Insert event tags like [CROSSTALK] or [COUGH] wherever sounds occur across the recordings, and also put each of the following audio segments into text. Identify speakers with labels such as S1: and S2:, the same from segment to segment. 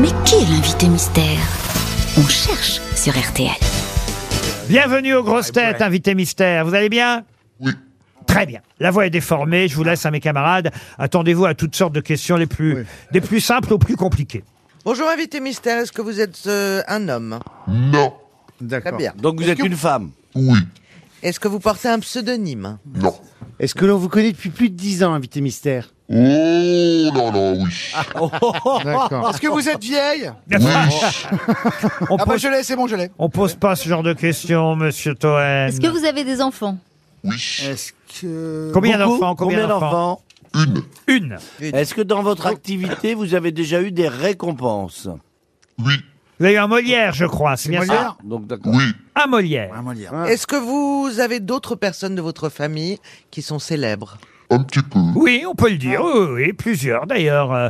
S1: Mais qui est l'invité mystère On cherche sur RTL.
S2: Bienvenue aux grosses têtes, invité mystère. Vous allez bien
S3: Ah, Oui.
S2: Très bien. La voix est déformée, je vous laisse à mes camarades. Attendez-vous à toutes sortes de questions les plus, des plus simples aux plus compliquées.
S4: Bonjour invité mystère, est-ce que vous êtes euh, un homme
S3: Non.
S4: Très
S5: D'accord.
S4: bien.
S6: Donc vous êtes une femme.
S3: Oui.
S4: Est-ce que vous portez un pseudonyme
S3: Non.
S5: Est-ce que l'on vous connaît depuis plus de 10 ans, invité mystère
S3: Oh non, non, oui.
S5: D'accord.
S7: Ah. Est-ce que vous êtes vieille
S2: [LAUGHS]
S3: Oui.
S7: Ah
S2: On
S7: bah
S2: pose,
S7: je l'ai, c'est Ah bon, je l'ai.
S2: on pose pas ce genre de questions, monsieur Toen.
S8: Est-ce que vous avez des enfants
S3: Oui.
S7: Est-ce que...
S2: Combien
S6: Beaucoup
S2: d'enfants
S6: Combien d'enfants
S3: Une.
S2: Une.
S6: Est-ce que dans votre activité, vous avez déjà eu des récompenses
S3: Oui.
S2: Vous avez eu un Molière, je crois. C'est bien ça
S7: Molière
S6: Donc d'accord.
S3: Oui.
S2: Un Molière.
S7: Un Molière.
S4: Ah. Est-ce que vous avez d'autres personnes de votre famille qui sont célèbres
S3: Un petit peu.
S2: Oui, on peut le dire. Oui, oui, oui, plusieurs d'ailleurs. euh,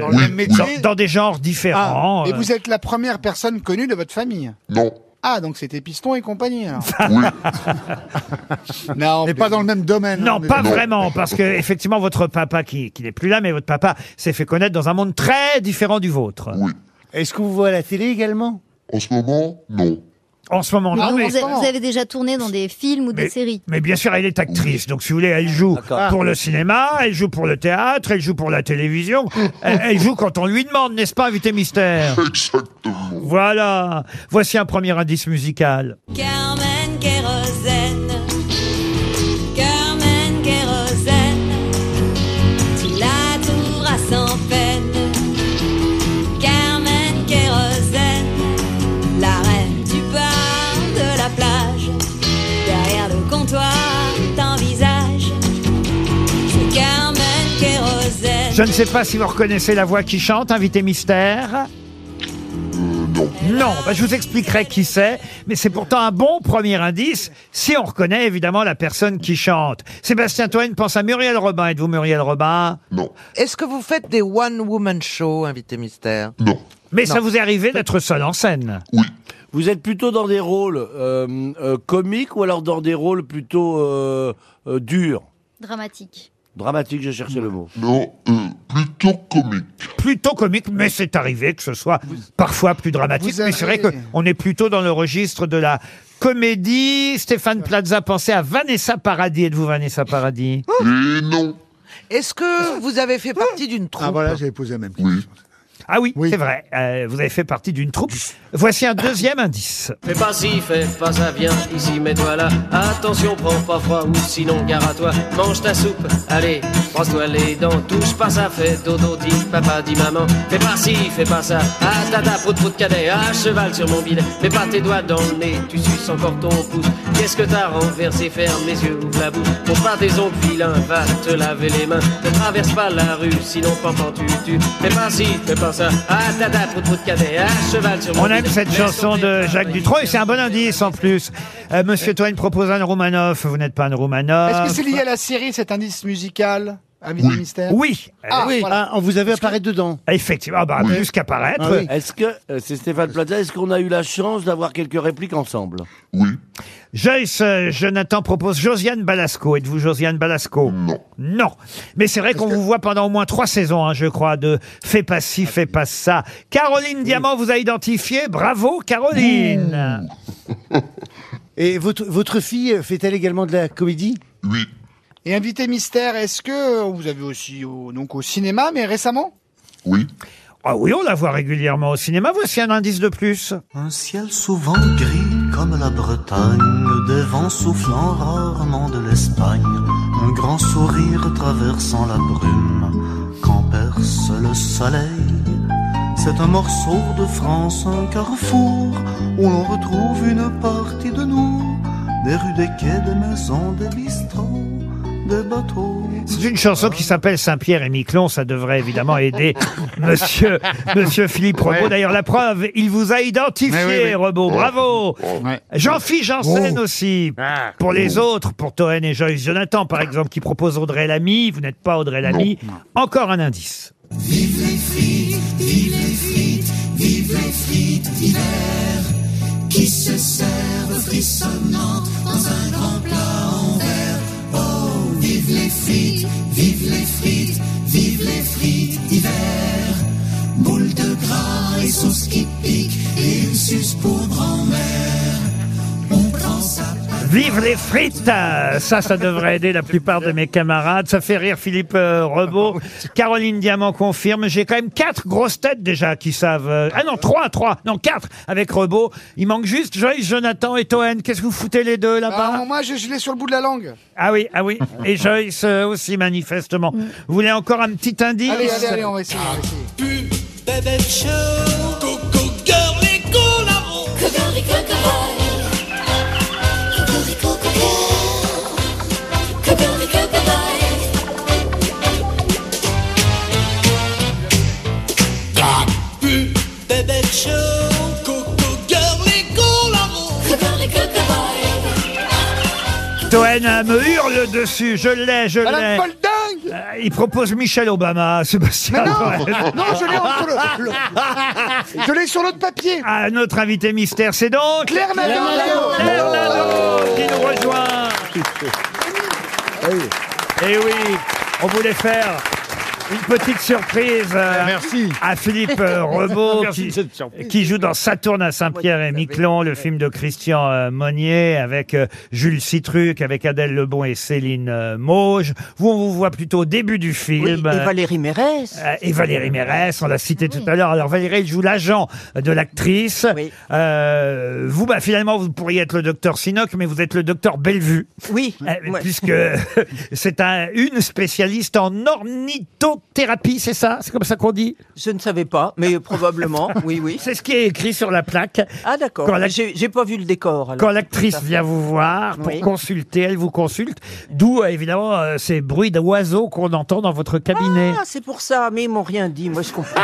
S7: Ah. Dans le même métier
S2: dans- dans des genres différents.
S7: Ah, Et
S2: euh.
S7: vous êtes la première personne connue de votre famille
S3: Non.
S7: ah, donc c'était Piston et compagnie, alors.
S3: [LAUGHS] Oui.
S7: [LAUGHS] non, mais pas dans le même domaine.
S2: Non,
S7: hein, mais-
S2: pas
S3: Non.
S2: vraiment, parce que effectivement, votre papa qui, qui n'est plus là, mais votre papa s'est fait connaître dans un monde très différent du vôtre.
S3: Oui.
S5: Est-ce qu'on vous voit à la télé également
S3: En ce moment, non.
S2: En ce moment,
S7: Ah
S2: non,
S7: oui,
S2: mais,
S7: en
S8: vous,
S7: ce
S8: avez,
S7: moment.
S8: vous avez déjà tourné dans des films ou
S2: mais-
S8: des séries
S2: mais bien sûr, elle est actrice. Donc, si vous voulez, elle joue
S6: D'accord.
S2: pour le cinéma, elle joue pour le théâtre, elle joue pour la télévision, elle, elle joue quand on lui demande, n'est-ce pas, invité mystère
S3: Exactement.
S2: Voilà. Voici un premier indice musical.
S9: Carmen Kérosène, Carmen Kérosène, tu la trouveras sans peine. Carmen Kérosène, la reine du bar de la plage, derrière le comptoir t'envisage. C'est Carmen Kérosène.
S2: Je ne sais pas si vous reconnaissez la voix qui chante, invité mystère.
S3: Euh, non.
S2: Non, bah, je vous expliquerai qui c'est, mais c'est pourtant un bon premier indice si on reconnaît évidemment la personne qui chante. Sébastien Toen pense à Muriel Robin. Êtes-vous Muriel Robin
S3: Non.
S4: Est-ce que vous faites des one-woman shows, invité mystère
S3: Non.
S2: Mais ça vous est arrivé d'être seul en scène.
S3: Oui.
S6: Vous êtes plutôt dans des rôles euh, euh, comiques ou alors dans des rôles plutôt euh, euh, durs
S8: dramatiques
S6: Dramatiques, je cherchais le mot.
S3: Non. Euh, plutôt comique.
S2: Plutôt comique, mais c'est arrivé que ce soit parfois plus dramatique.
S7: Vous
S2: Mais c'est vrai
S7: avez-
S2: qu'on est plutôt dans le registre de la comédie. Stéphane Plaza pensait à Vanessa Paradis. Êtes-vous Vanessa Paradis
S3: Et non.
S4: Est-ce que vous avez fait partie d'une troupe
S5: Ah voilà, j'avais posé la même question.
S3: Oui.
S2: Ah oui,
S5: Oui.
S2: c'est vrai. Euh, vous avez fait partie d'une troupe. Voici un deuxième indice.
S10: Fais pas si, fais pas ça, viens ici, mets-toi là. Attention, prends pas froid ou sinon gare à toi. Mange ta soupe, allez, brosse-toi les dents. Touche pas ça, fais dodo, dis papa, dis maman. Fais pas si, fais pas ça. Ah dada, prout prout cadet, à cheval sur mon bidet. Mets pas tes doigts dans le nez, tu suces encore ton pouce. Qu'est-ce que t'as renversé, ferme les yeux, ouvre la bouche. Mange pas tes ongles vilains, va te laver les mains. Ne traverse pas la rue, sinon pampan tu tu. Fais pas si, fais pas ça. Ah dada, prout prout cadet, à cheval sur mon
S2: On aime cette chanson de Jacques Dutronc et c'est un bon indice en plus. Euh, Monsieur Toine propose un Roumanoff, vous n'êtes pas un Roumanoff.
S7: Est-ce que c'est lié à la série, cet indice musical, Invité
S3: Oui.
S7: Mystère
S2: Oui,
S7: Ah,
S5: oui.
S7: voilà.
S5: Ah, on vous avez apparu dedans.
S2: euh, effectivement, Ah bah,
S3: Oui.
S2: plus qu'apparaître.
S5: Ah oui.
S6: Est-ce que, euh, c'est Stéphane Plaza, est-ce qu'on a eu la chance d'avoir quelques répliques ensemble
S3: Oui.
S2: Joyce euh, Jonathan propose Josiane Balasco. Êtes-vous Josiane Balasco
S3: Non.
S2: Non. Mais c'est vrai qu'on vous voit pendant au moins trois saisons, hein, je crois, de Fais pas
S7: Ah,
S2: ci, fais pas ça. Caroline Diamant vous a identifié. Bravo, Caroline.
S7: Mmh.
S5: Et votre, votre fille euh, fait-elle également de la comédie
S3: Oui.
S7: Et Invité Mystère, est-ce que vous avez aussi au, donc au cinéma, mais récemment
S3: Oui.
S2: Ah oui, on la voit régulièrement au cinéma. Voici un indice de plus.
S10: Un ciel souvent gris comme la Bretagne, des vents soufflant rarement de l'Espagne, un grand sourire traversant la brume, quand perce le soleil. C'est un morceau de France, un carrefour, où l'on retrouve une partie de nous, des rues, des quais, des maisons, des bistrots, des bateaux.
S2: C'est une chanson qui s'appelle Saint-Pierre et Miquelon. Ça devrait
S7: [LAUGHS]
S2: évidemment aider Monsieur, Monsieur Philippe Rebaud. D'ailleurs, la preuve, il vous a identifié,
S7: Mais oui, oui.
S2: Rebaud. Bravo.
S7: Ouais. Oh. Ah.
S2: Jean-Philippe Janssen aussi. Pour les autres, pour Toen et Joyce Jonathan, par exemple, qui propose Audrey Lamy. Vous n'êtes pas Audrey Lamy. Encore un indice.
S10: Vive les frites, vive les frites d'hiver, boules de gras
S11: sauce qui pique et une suce pour grand-mère. On prend ça.
S2: Vive les frites Euh, Ça, ça devrait aider la plupart de mes camarades. Ça fait rire Philippe euh, Rebaud. Caroline Diamant confirme. J'ai quand même quatre grosses têtes déjà qui savent. euh, Ah non, trois, trois. Non, quatre avec Rebaud. Il manque juste Joyce, Jonathan et Toen. Qu'est-ce que vous foutez les deux là-bas
S7: Bah, moi, je, je l'ai sur le bout de la langue.
S2: Ah oui, ah oui. Et Joyce euh, aussi, manifestement. Vous voulez encore un petit indice
S7: Mm. Allez, allez, allez, on va essayer. on va essayer.
S11: Bébé show. Coco girl et colamon. Cocorico cowboy. Cocorico coco. Cocorico cowboy. Bébé show. Coco girl et colamon. Cocorico cowboy.
S2: Toen euh, me hurle dessus. Je l'ai, je l'ai.
S7: Madame Paul Dingue
S2: Euh, Il propose Michel Obama, à Sébastien.
S7: Mais non [LAUGHS]
S2: Toen.
S7: Non, je l'ai en- sur le- le- Je l'ai sur l'autre papier.
S2: Ah, notre invité mystère, c'est donc...
S7: Claire Nadal.
S2: Claire Nadot qui nous rejoint. Et oui, on voulait faire une petite surprise euh, à Philippe euh, Rebaud qui, qui joue dans Saturne à Saint-Pierre et Miquelon, le film de Christian euh, Monnier avec euh, Jules Citruc, avec Adèle Lebon et Céline euh, Mauge. Vous, on vous voit plutôt au début du film. Euh,
S12: Valérie Mérès.
S2: euh, et Valérie Mérès, on l'a cité
S12: Ah
S2: tout à l'heure. Alors Valérie elle joue l'agent de l'actrice. Euh, vous, bah, finalement, vous pourriez être le docteur Sinoc, mais vous êtes le docteur Bellevue.
S12: Oui.
S2: Euh,
S12: Ouais.
S2: Puisque [LAUGHS] c'est un- une spécialiste en ornithothérapie, c'est ça C'est comme ça qu'on dit
S12: Je ne savais pas, mais
S2: [LAUGHS]
S12: probablement, oui, oui.
S2: C'est ce qui est écrit sur la plaque.
S12: Ah d'accord,
S2: Quand la-
S12: j'ai j'ai pas vu le décor. alors.
S2: Quand l'actrice vient vous voir pour
S12: Oui.
S2: consulter, elle vous consulte. D'où, euh, évidemment, euh, ces bruits d'oiseaux qu'on entend dans votre cabinet.
S12: Ah, c'est pour ça, mais ils m'ont rien dit, moi je comprends.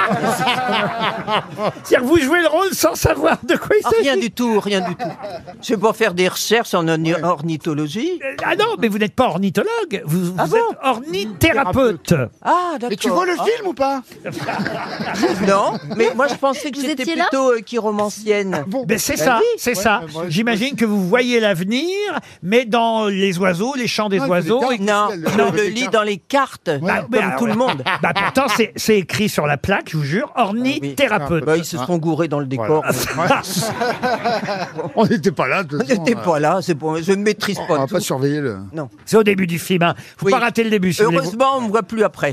S2: C'est-à-dire que vous jouez le rôle sans savoir de quoi il
S12: Ah,
S2: s'agit.
S12: rien du tout, rien du tout. Je vais pas faire des recherches en orni- ornithologie.
S2: Euh, Ah non, mais vous n'êtes pas ornithologue, vous,
S7: Ah
S2: vous êtes ornithérapeute.
S12: Ah d'accord.
S7: Mais tu vois le
S12: Ah,
S7: film ou pas
S12: Non, mais moi je pensais que
S8: Vous
S12: j'étais
S8: étiez là
S12: plutôt euh,
S4: Ah,
S12: chiromancienne.
S2: Mais c'est
S7: Bah
S2: ça, c'est ça. J'imagine que vous voyez l'avenir, mais dans les oiseaux, les chants des
S7: Non, il faut des
S2: oiseaux.
S7: cartes.
S2: et-
S12: Non,
S7: le-
S12: non,
S7: le-
S12: le lit dans les cartes,
S2: Bah,
S12: comme
S2: mais alors,
S12: tout le monde.
S2: Bah pourtant, c'est- c'est écrit sur la plaque, je vous jure,
S7: Ah
S2: ornithérapeute.
S12: Bah, ils se sont gourés dans le décor. [LAUGHS]
S13: On n'était pas là.
S12: On n'était pas là, c'est bon, je ne maîtrise
S4: Ah,
S13: On
S12: euh, pas
S4: bah,
S13: va
S12: tout.
S13: pas surveiller le.
S12: Non.
S2: C'est au début du film. Hein. Faut
S12: Oui.
S2: pas rater le début. si vous voulez-
S12: Heureusement, on ne me voit plus après.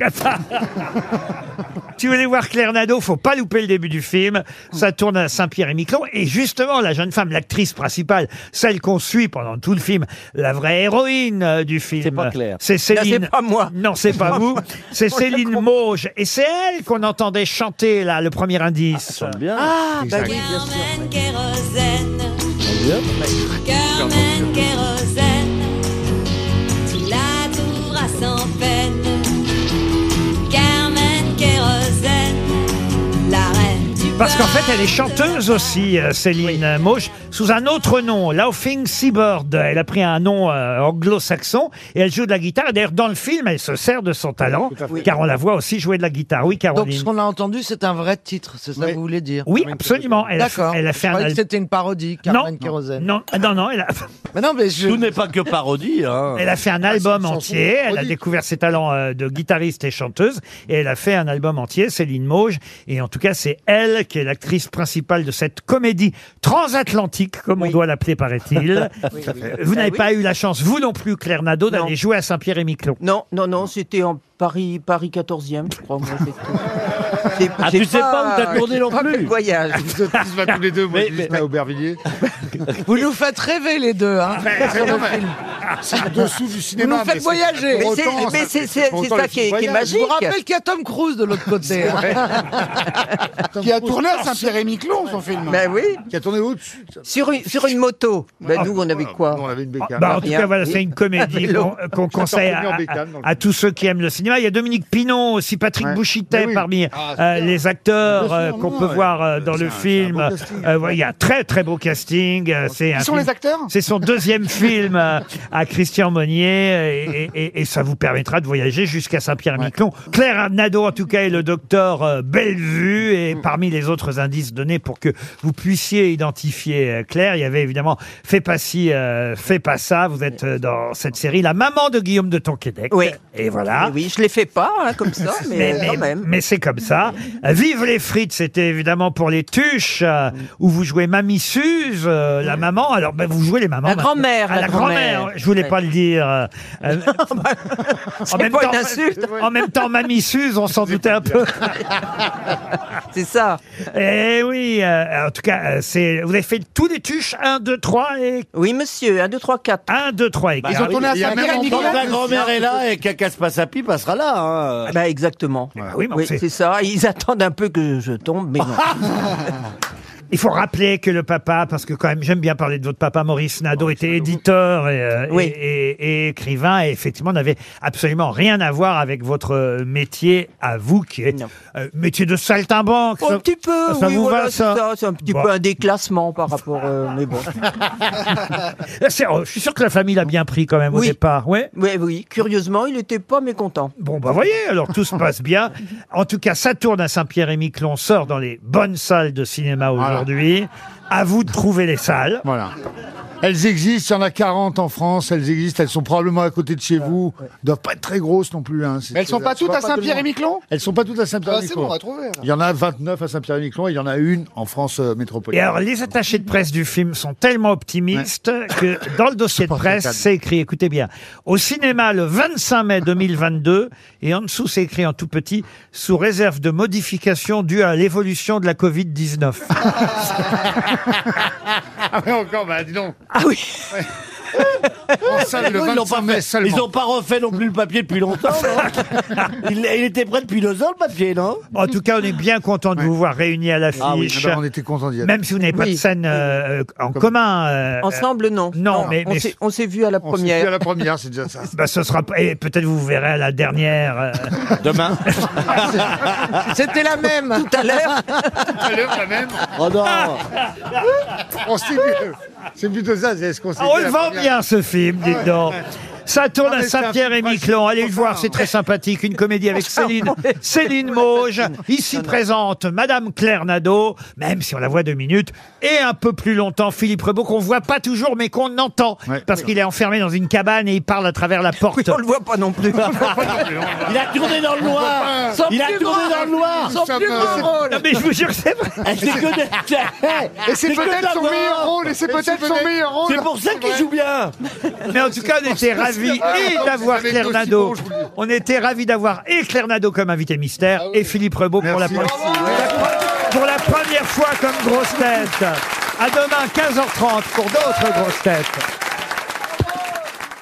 S2: Si vous voulez voir Claire Nadeau, faut pas louper le début du film. Ça tourne à Saint-Pierre et Miquelon. Et justement, la jeune femme, l'actrice principale, celle qu'on suit pendant tout le film, la vraie héroïne euh, du film. C'est
S6: pas Claire.
S2: C'est Céline.
S12: Non, c'est pas moi.
S2: Non, c'est pas vous. C'est Céline Mauge. Et c'est elle qu'on entendait chanter, là, le premier indice.
S12: Ah, bah oui, bien sûr.
S9: Carmen Kérosène. Carmen Kérosène. Tu la trouveras sans peine. Carmen Kérosène. La reine du
S2: Parce qu'en fait, elle est chanteuse aussi, euh, Céline Mauch, sous un autre nom, Laughing Seabird. Elle a pris un nom euh, anglo-saxon et elle joue de la guitare. Et D'ailleurs, dans le film, elle se sert de son talent, car on la voit aussi jouer de la guitare. Oui,
S4: Donc
S2: Caroline.
S4: ce qu'on a entendu, c'est un vrai titre, c'est ça que vous voulez dire
S2: Oui, absolument. Elle a, fait-
S4: D'accord.
S2: elle a
S4: Je
S2: fait un
S4: croyais que
S2: album.
S4: c'était une parodie,
S2: Non,
S4: Carmen Kérosène.
S2: non, non, non, elle a,
S4: Mais non, mais je...
S6: Tout n'est pas que parodie. Hein.
S2: elle a fait un album entier. Elle a
S4: produit.
S2: découvert ses talents euh, de guitariste et chanteuse et elle a fait un album entier, Céline Mauge. Et en tout cas, c'est elle qui est l'actrice principale de cette comédie transatlantique, comme on doit l'appeler, paraît-il. Vous n'avez
S12: Ah [LAUGHS] oui.
S2: pas eu la chance, vous non plus, Claire Nadeau,
S12: Non.
S2: d'aller jouer à Saint-Pierre-et-Miquelon.
S12: Non, non, non, c'était en Paris, Paris 14e, je crois. moi, c'est tout. J'ai-
S6: Ah,
S12: j'ai
S6: tu sais pas où t'as tourné non
S12: j'ai pas
S6: plus.
S12: fait le voyage.
S13: Vous êtes tous là tous les deux, moi
S6: Mais-
S13: je suis à Aubervilliers.
S4: Vous nous faites rêver les deux, hein
S13: C'est dessous du
S4: Vous
S13: cinéma.
S4: nous faites
S13: mais c'est-
S4: voyager
S13: pour
S12: Mais c'est-
S13: autant,
S4: hein,
S12: mais
S13: ça-
S12: c'est- c'est-
S13: pour
S12: c'est
S13: autant,
S12: ça
S13: les
S12: qui est-
S13: films
S12: qui est
S13: voyagent.
S4: Je vous
S12: Magique.
S4: rappelle qu'il y a Tom Cruise de l'autre côté. hein.
S7: Qui a tourné à Saint-Pierre-et-Miquelon, son film.
S12: Ben oui,
S13: Qui a tourné au-dessus. ça.
S12: sur une, sur une moto. Ben nous, on avait
S13: Nous, on
S12: quoi
S13: avait une
S6: Ah,
S13: bécane.
S2: Bah, en tout
S12: rien.
S2: cas, voilà, c'est une
S13: [LAUGHS]
S2: comédie qu'on qu'on conseille à,
S13: J'adore
S2: à-
S13: Peter Bécane dans le
S2: à tous ceux qui aiment le cinéma. Il y a Dominique Pinon aussi, Patrick
S13: Ouais.
S2: Bouchitet
S13: Mais oui. Ah,
S2: parmi euh, les acteurs euh, qu'on peut voir euh, dans le
S13: un- c'est un
S2: film.
S13: beau casting.
S2: Euh, voilà, il y a un très très beau casting. King. euh, C'est un
S7: sont
S2: film-
S7: les acteurs
S6: Ah
S2: C'est son
S12: [LAUGHS]
S2: deuxième film euh, à Christian Monnier et, et- et- et ça vous permettra de voyager jusqu'à Saint-Pierre-Miquelon. Claire Arnado, en tout cas, et le docteur euh, Bellevue. Et
S12: Mm.
S2: parmi les autres indices donnés pour que vous puissiez identifier euh, Claire, il y avait évidemment Fais pas ci, euh, fais pas ça. Vous êtes euh, dans cette série, la maman de Guillaume de Tonquédec.
S12: Oui.
S2: Et voilà.
S12: Eh oui, je les fais pas hein, comme ça, mais,
S2: Eh, Mais, mais-
S12: quand même.
S2: mais c'est comme ça. Euh, Vive les frites, c'était évidemment pour les tuches, euh, où vous jouez Mamie Suze, euh, la maman. Alors, ben, vous jouez les mamans.
S12: La
S2: maintenant.
S12: grand-mère,
S2: Ah,
S12: la
S2: La grand-mère,
S12: grand-mère.
S2: je voulais
S12: Ouais. bah,
S2: pas le dire.
S12: [LAUGHS]
S2: euh, euh, [LAUGHS] en même
S12: pas
S2: temps-
S12: une insulte.
S2: [LAUGHS] En même temps, Mamie Suze, on s'en doutait un peu.
S12: C'est ça.
S2: Eh oui, euh, en tout cas, euh, c'est vous avez fait tous les tuches 1, 2, 3 et...
S12: Oui, monsieur, 1, 2, 3, 4.
S2: 1, 2, 3 et
S6: Bah, oui, il y a même
S12: Saint-Pierre-et-Miquelon.
S6: Quand ta grand-mère est là et qu'elle casse pas sa pipe, elle sera là. hein.
S12: Bah, exactement.
S2: oui, mais on sait.
S12: c'est ça. Ils attendent un peu que je tombe, mais non.
S2: Il faut rappeler que le papa, parce que quand même j'aime bien parler de votre papa, Maurice Nadeau, était éditeur et, euh,
S12: Oui.
S2: et- et- et écrivain, et effectivement n'avait absolument rien à voir avec votre euh, métier à vous, qui est euh, métier de saltimbanque.
S12: Oh, un
S2: Ça-
S12: petit peu,
S2: ça
S12: oui,
S2: vous
S12: voilà,
S2: va
S12: c'est
S2: ça
S12: C'est un petit
S2: Bon.
S12: peu un déclassement par rapport, euh,
S2: [LAUGHS]
S12: mais bon.
S2: C'est- oh, Je suis sûr que la famille l'a bien pris quand même au
S12: Oui.
S2: départ. Ouais.
S12: Oui, oui, curieusement, il n'était pas mécontent.
S2: Bon, bah voyez, alors tout se passe
S12: [LAUGHS]
S2: bien. En tout cas, ça tourne à Saint-Pierre-et-Miquelon, sort dans les bonnes salles de cinéma aujourd'hui. À vous de trouver les salles.
S13: Voilà. Elles existent, il y en a 40 en France, elles existent, elles sont probablement à côté de
S12: Ah,
S13: chez vous, doivent pas être très grosses non plus. Hein.
S7: Elles sont pas toutes à Saint-Pierre-et-Miquelon
S13: Elles sont pas toutes à
S7: Ah, C'est bon,
S13: Saint-Pierre-et-Miquelon.
S7: on va trouver. alors.
S13: il y en a 29 à Saint-Pierre-et-Miquelon et il y en a une en France euh,
S2: Et
S13: métropolitaine.
S2: alors, les attachés de presse du film sont tellement optimistes que dans le dossier de presse, c'est écrit, écoutez bien, au cinéma le 25 mai 2022, et en dessous, c'est écrit en tout petit, sous réserve de modifications dues à l'évolution de la Covid-19.
S13: Ah ouais, encore, bah dis donc.
S12: Ah oui.
S13: En salle le
S6: Ils l'ont pas
S13: 25 mai
S6: fait.
S13: seulement.
S6: Ils n'ont pas refait non plus le papier depuis longtemps. non il, il était prêt depuis deux ans le papier, non
S2: En tout cas, on est bien content de vous voir réunis à l'affiche.
S13: Ah oui, ah bah, on était contents d'y être.
S2: Même si vous n'avez pas
S12: Oui.
S2: de scène euh, en commun. euh,
S12: Ensemble, non.
S2: non, mais-
S12: on
S2: mais-
S12: s'est- on s'est vu à la
S13: On s'est fait à
S12: première.
S13: la première, c'est déjà ça.
S2: euh, bah, ce sera pas- et peut-être vous vous verrez à la dernière. euh.
S6: Demain
S4: C'était
S2: [LAUGHS]
S4: la même.
S12: Tout à l'heure.
S13: À l'heure, la [LAUGHS] même.
S6: [LAUGHS] Oh non
S13: On s'est vu. C'est plutôt ça, c'est ce qu'on s'est
S2: Ah,
S13: dit
S2: on
S13: à
S2: le
S13: la
S2: vend
S13: première.
S2: bien ce film, dites donc. Ça tourne
S13: Ah,
S2: à
S13: mais c'est un film
S2: Saint-Pierre-et-Miquelon. Allez le voir, c'est très sympathique. Une comédie avec Céline, Céline Mauge. Ici présente Madame Claire Nadeau, même si on la voit deux minutes, et un peu plus longtemps Philippe Rebaud, qu'on voit pas toujours, mais qu'on entend.
S13: Ouais. oh
S2: Parce qu'il est enfermé dans une cabane et il parle à travers la
S12: Oui,
S2: porte.
S12: on le voit pas non
S2: [LAUGHS]
S12: plus.
S6: Il a tourné dans le noir
S12: Sans
S6: Il a
S12: plus
S6: tourné
S12: grand.
S6: dans le noir
S13: Nous sommes, euh,
S2: Non, mais je vous jure que c'est vrai.
S6: Eh, C'est que des-
S7: Et c'est
S6: que
S7: peut-être son
S6: d'abord.
S7: meilleur rôle, et c'est peut-être son meilleur rôle.
S6: [LAUGHS] C'est pour ça qu'il joue bien
S2: Mais en tout cas, on était ravis et d'avoir
S13: Vous avez
S2: Claire
S13: été aussi
S2: Nadeau.
S13: bon, je vous le dis. Ah
S2: On était ravis d'avoir et Claire Nadeau comme invité mystère et Philippe Rebaud pour la,
S13: Merci.
S2: pro- pour la première fois comme grosse tête. À demain, 15h30 pour d'autres grosses têtes.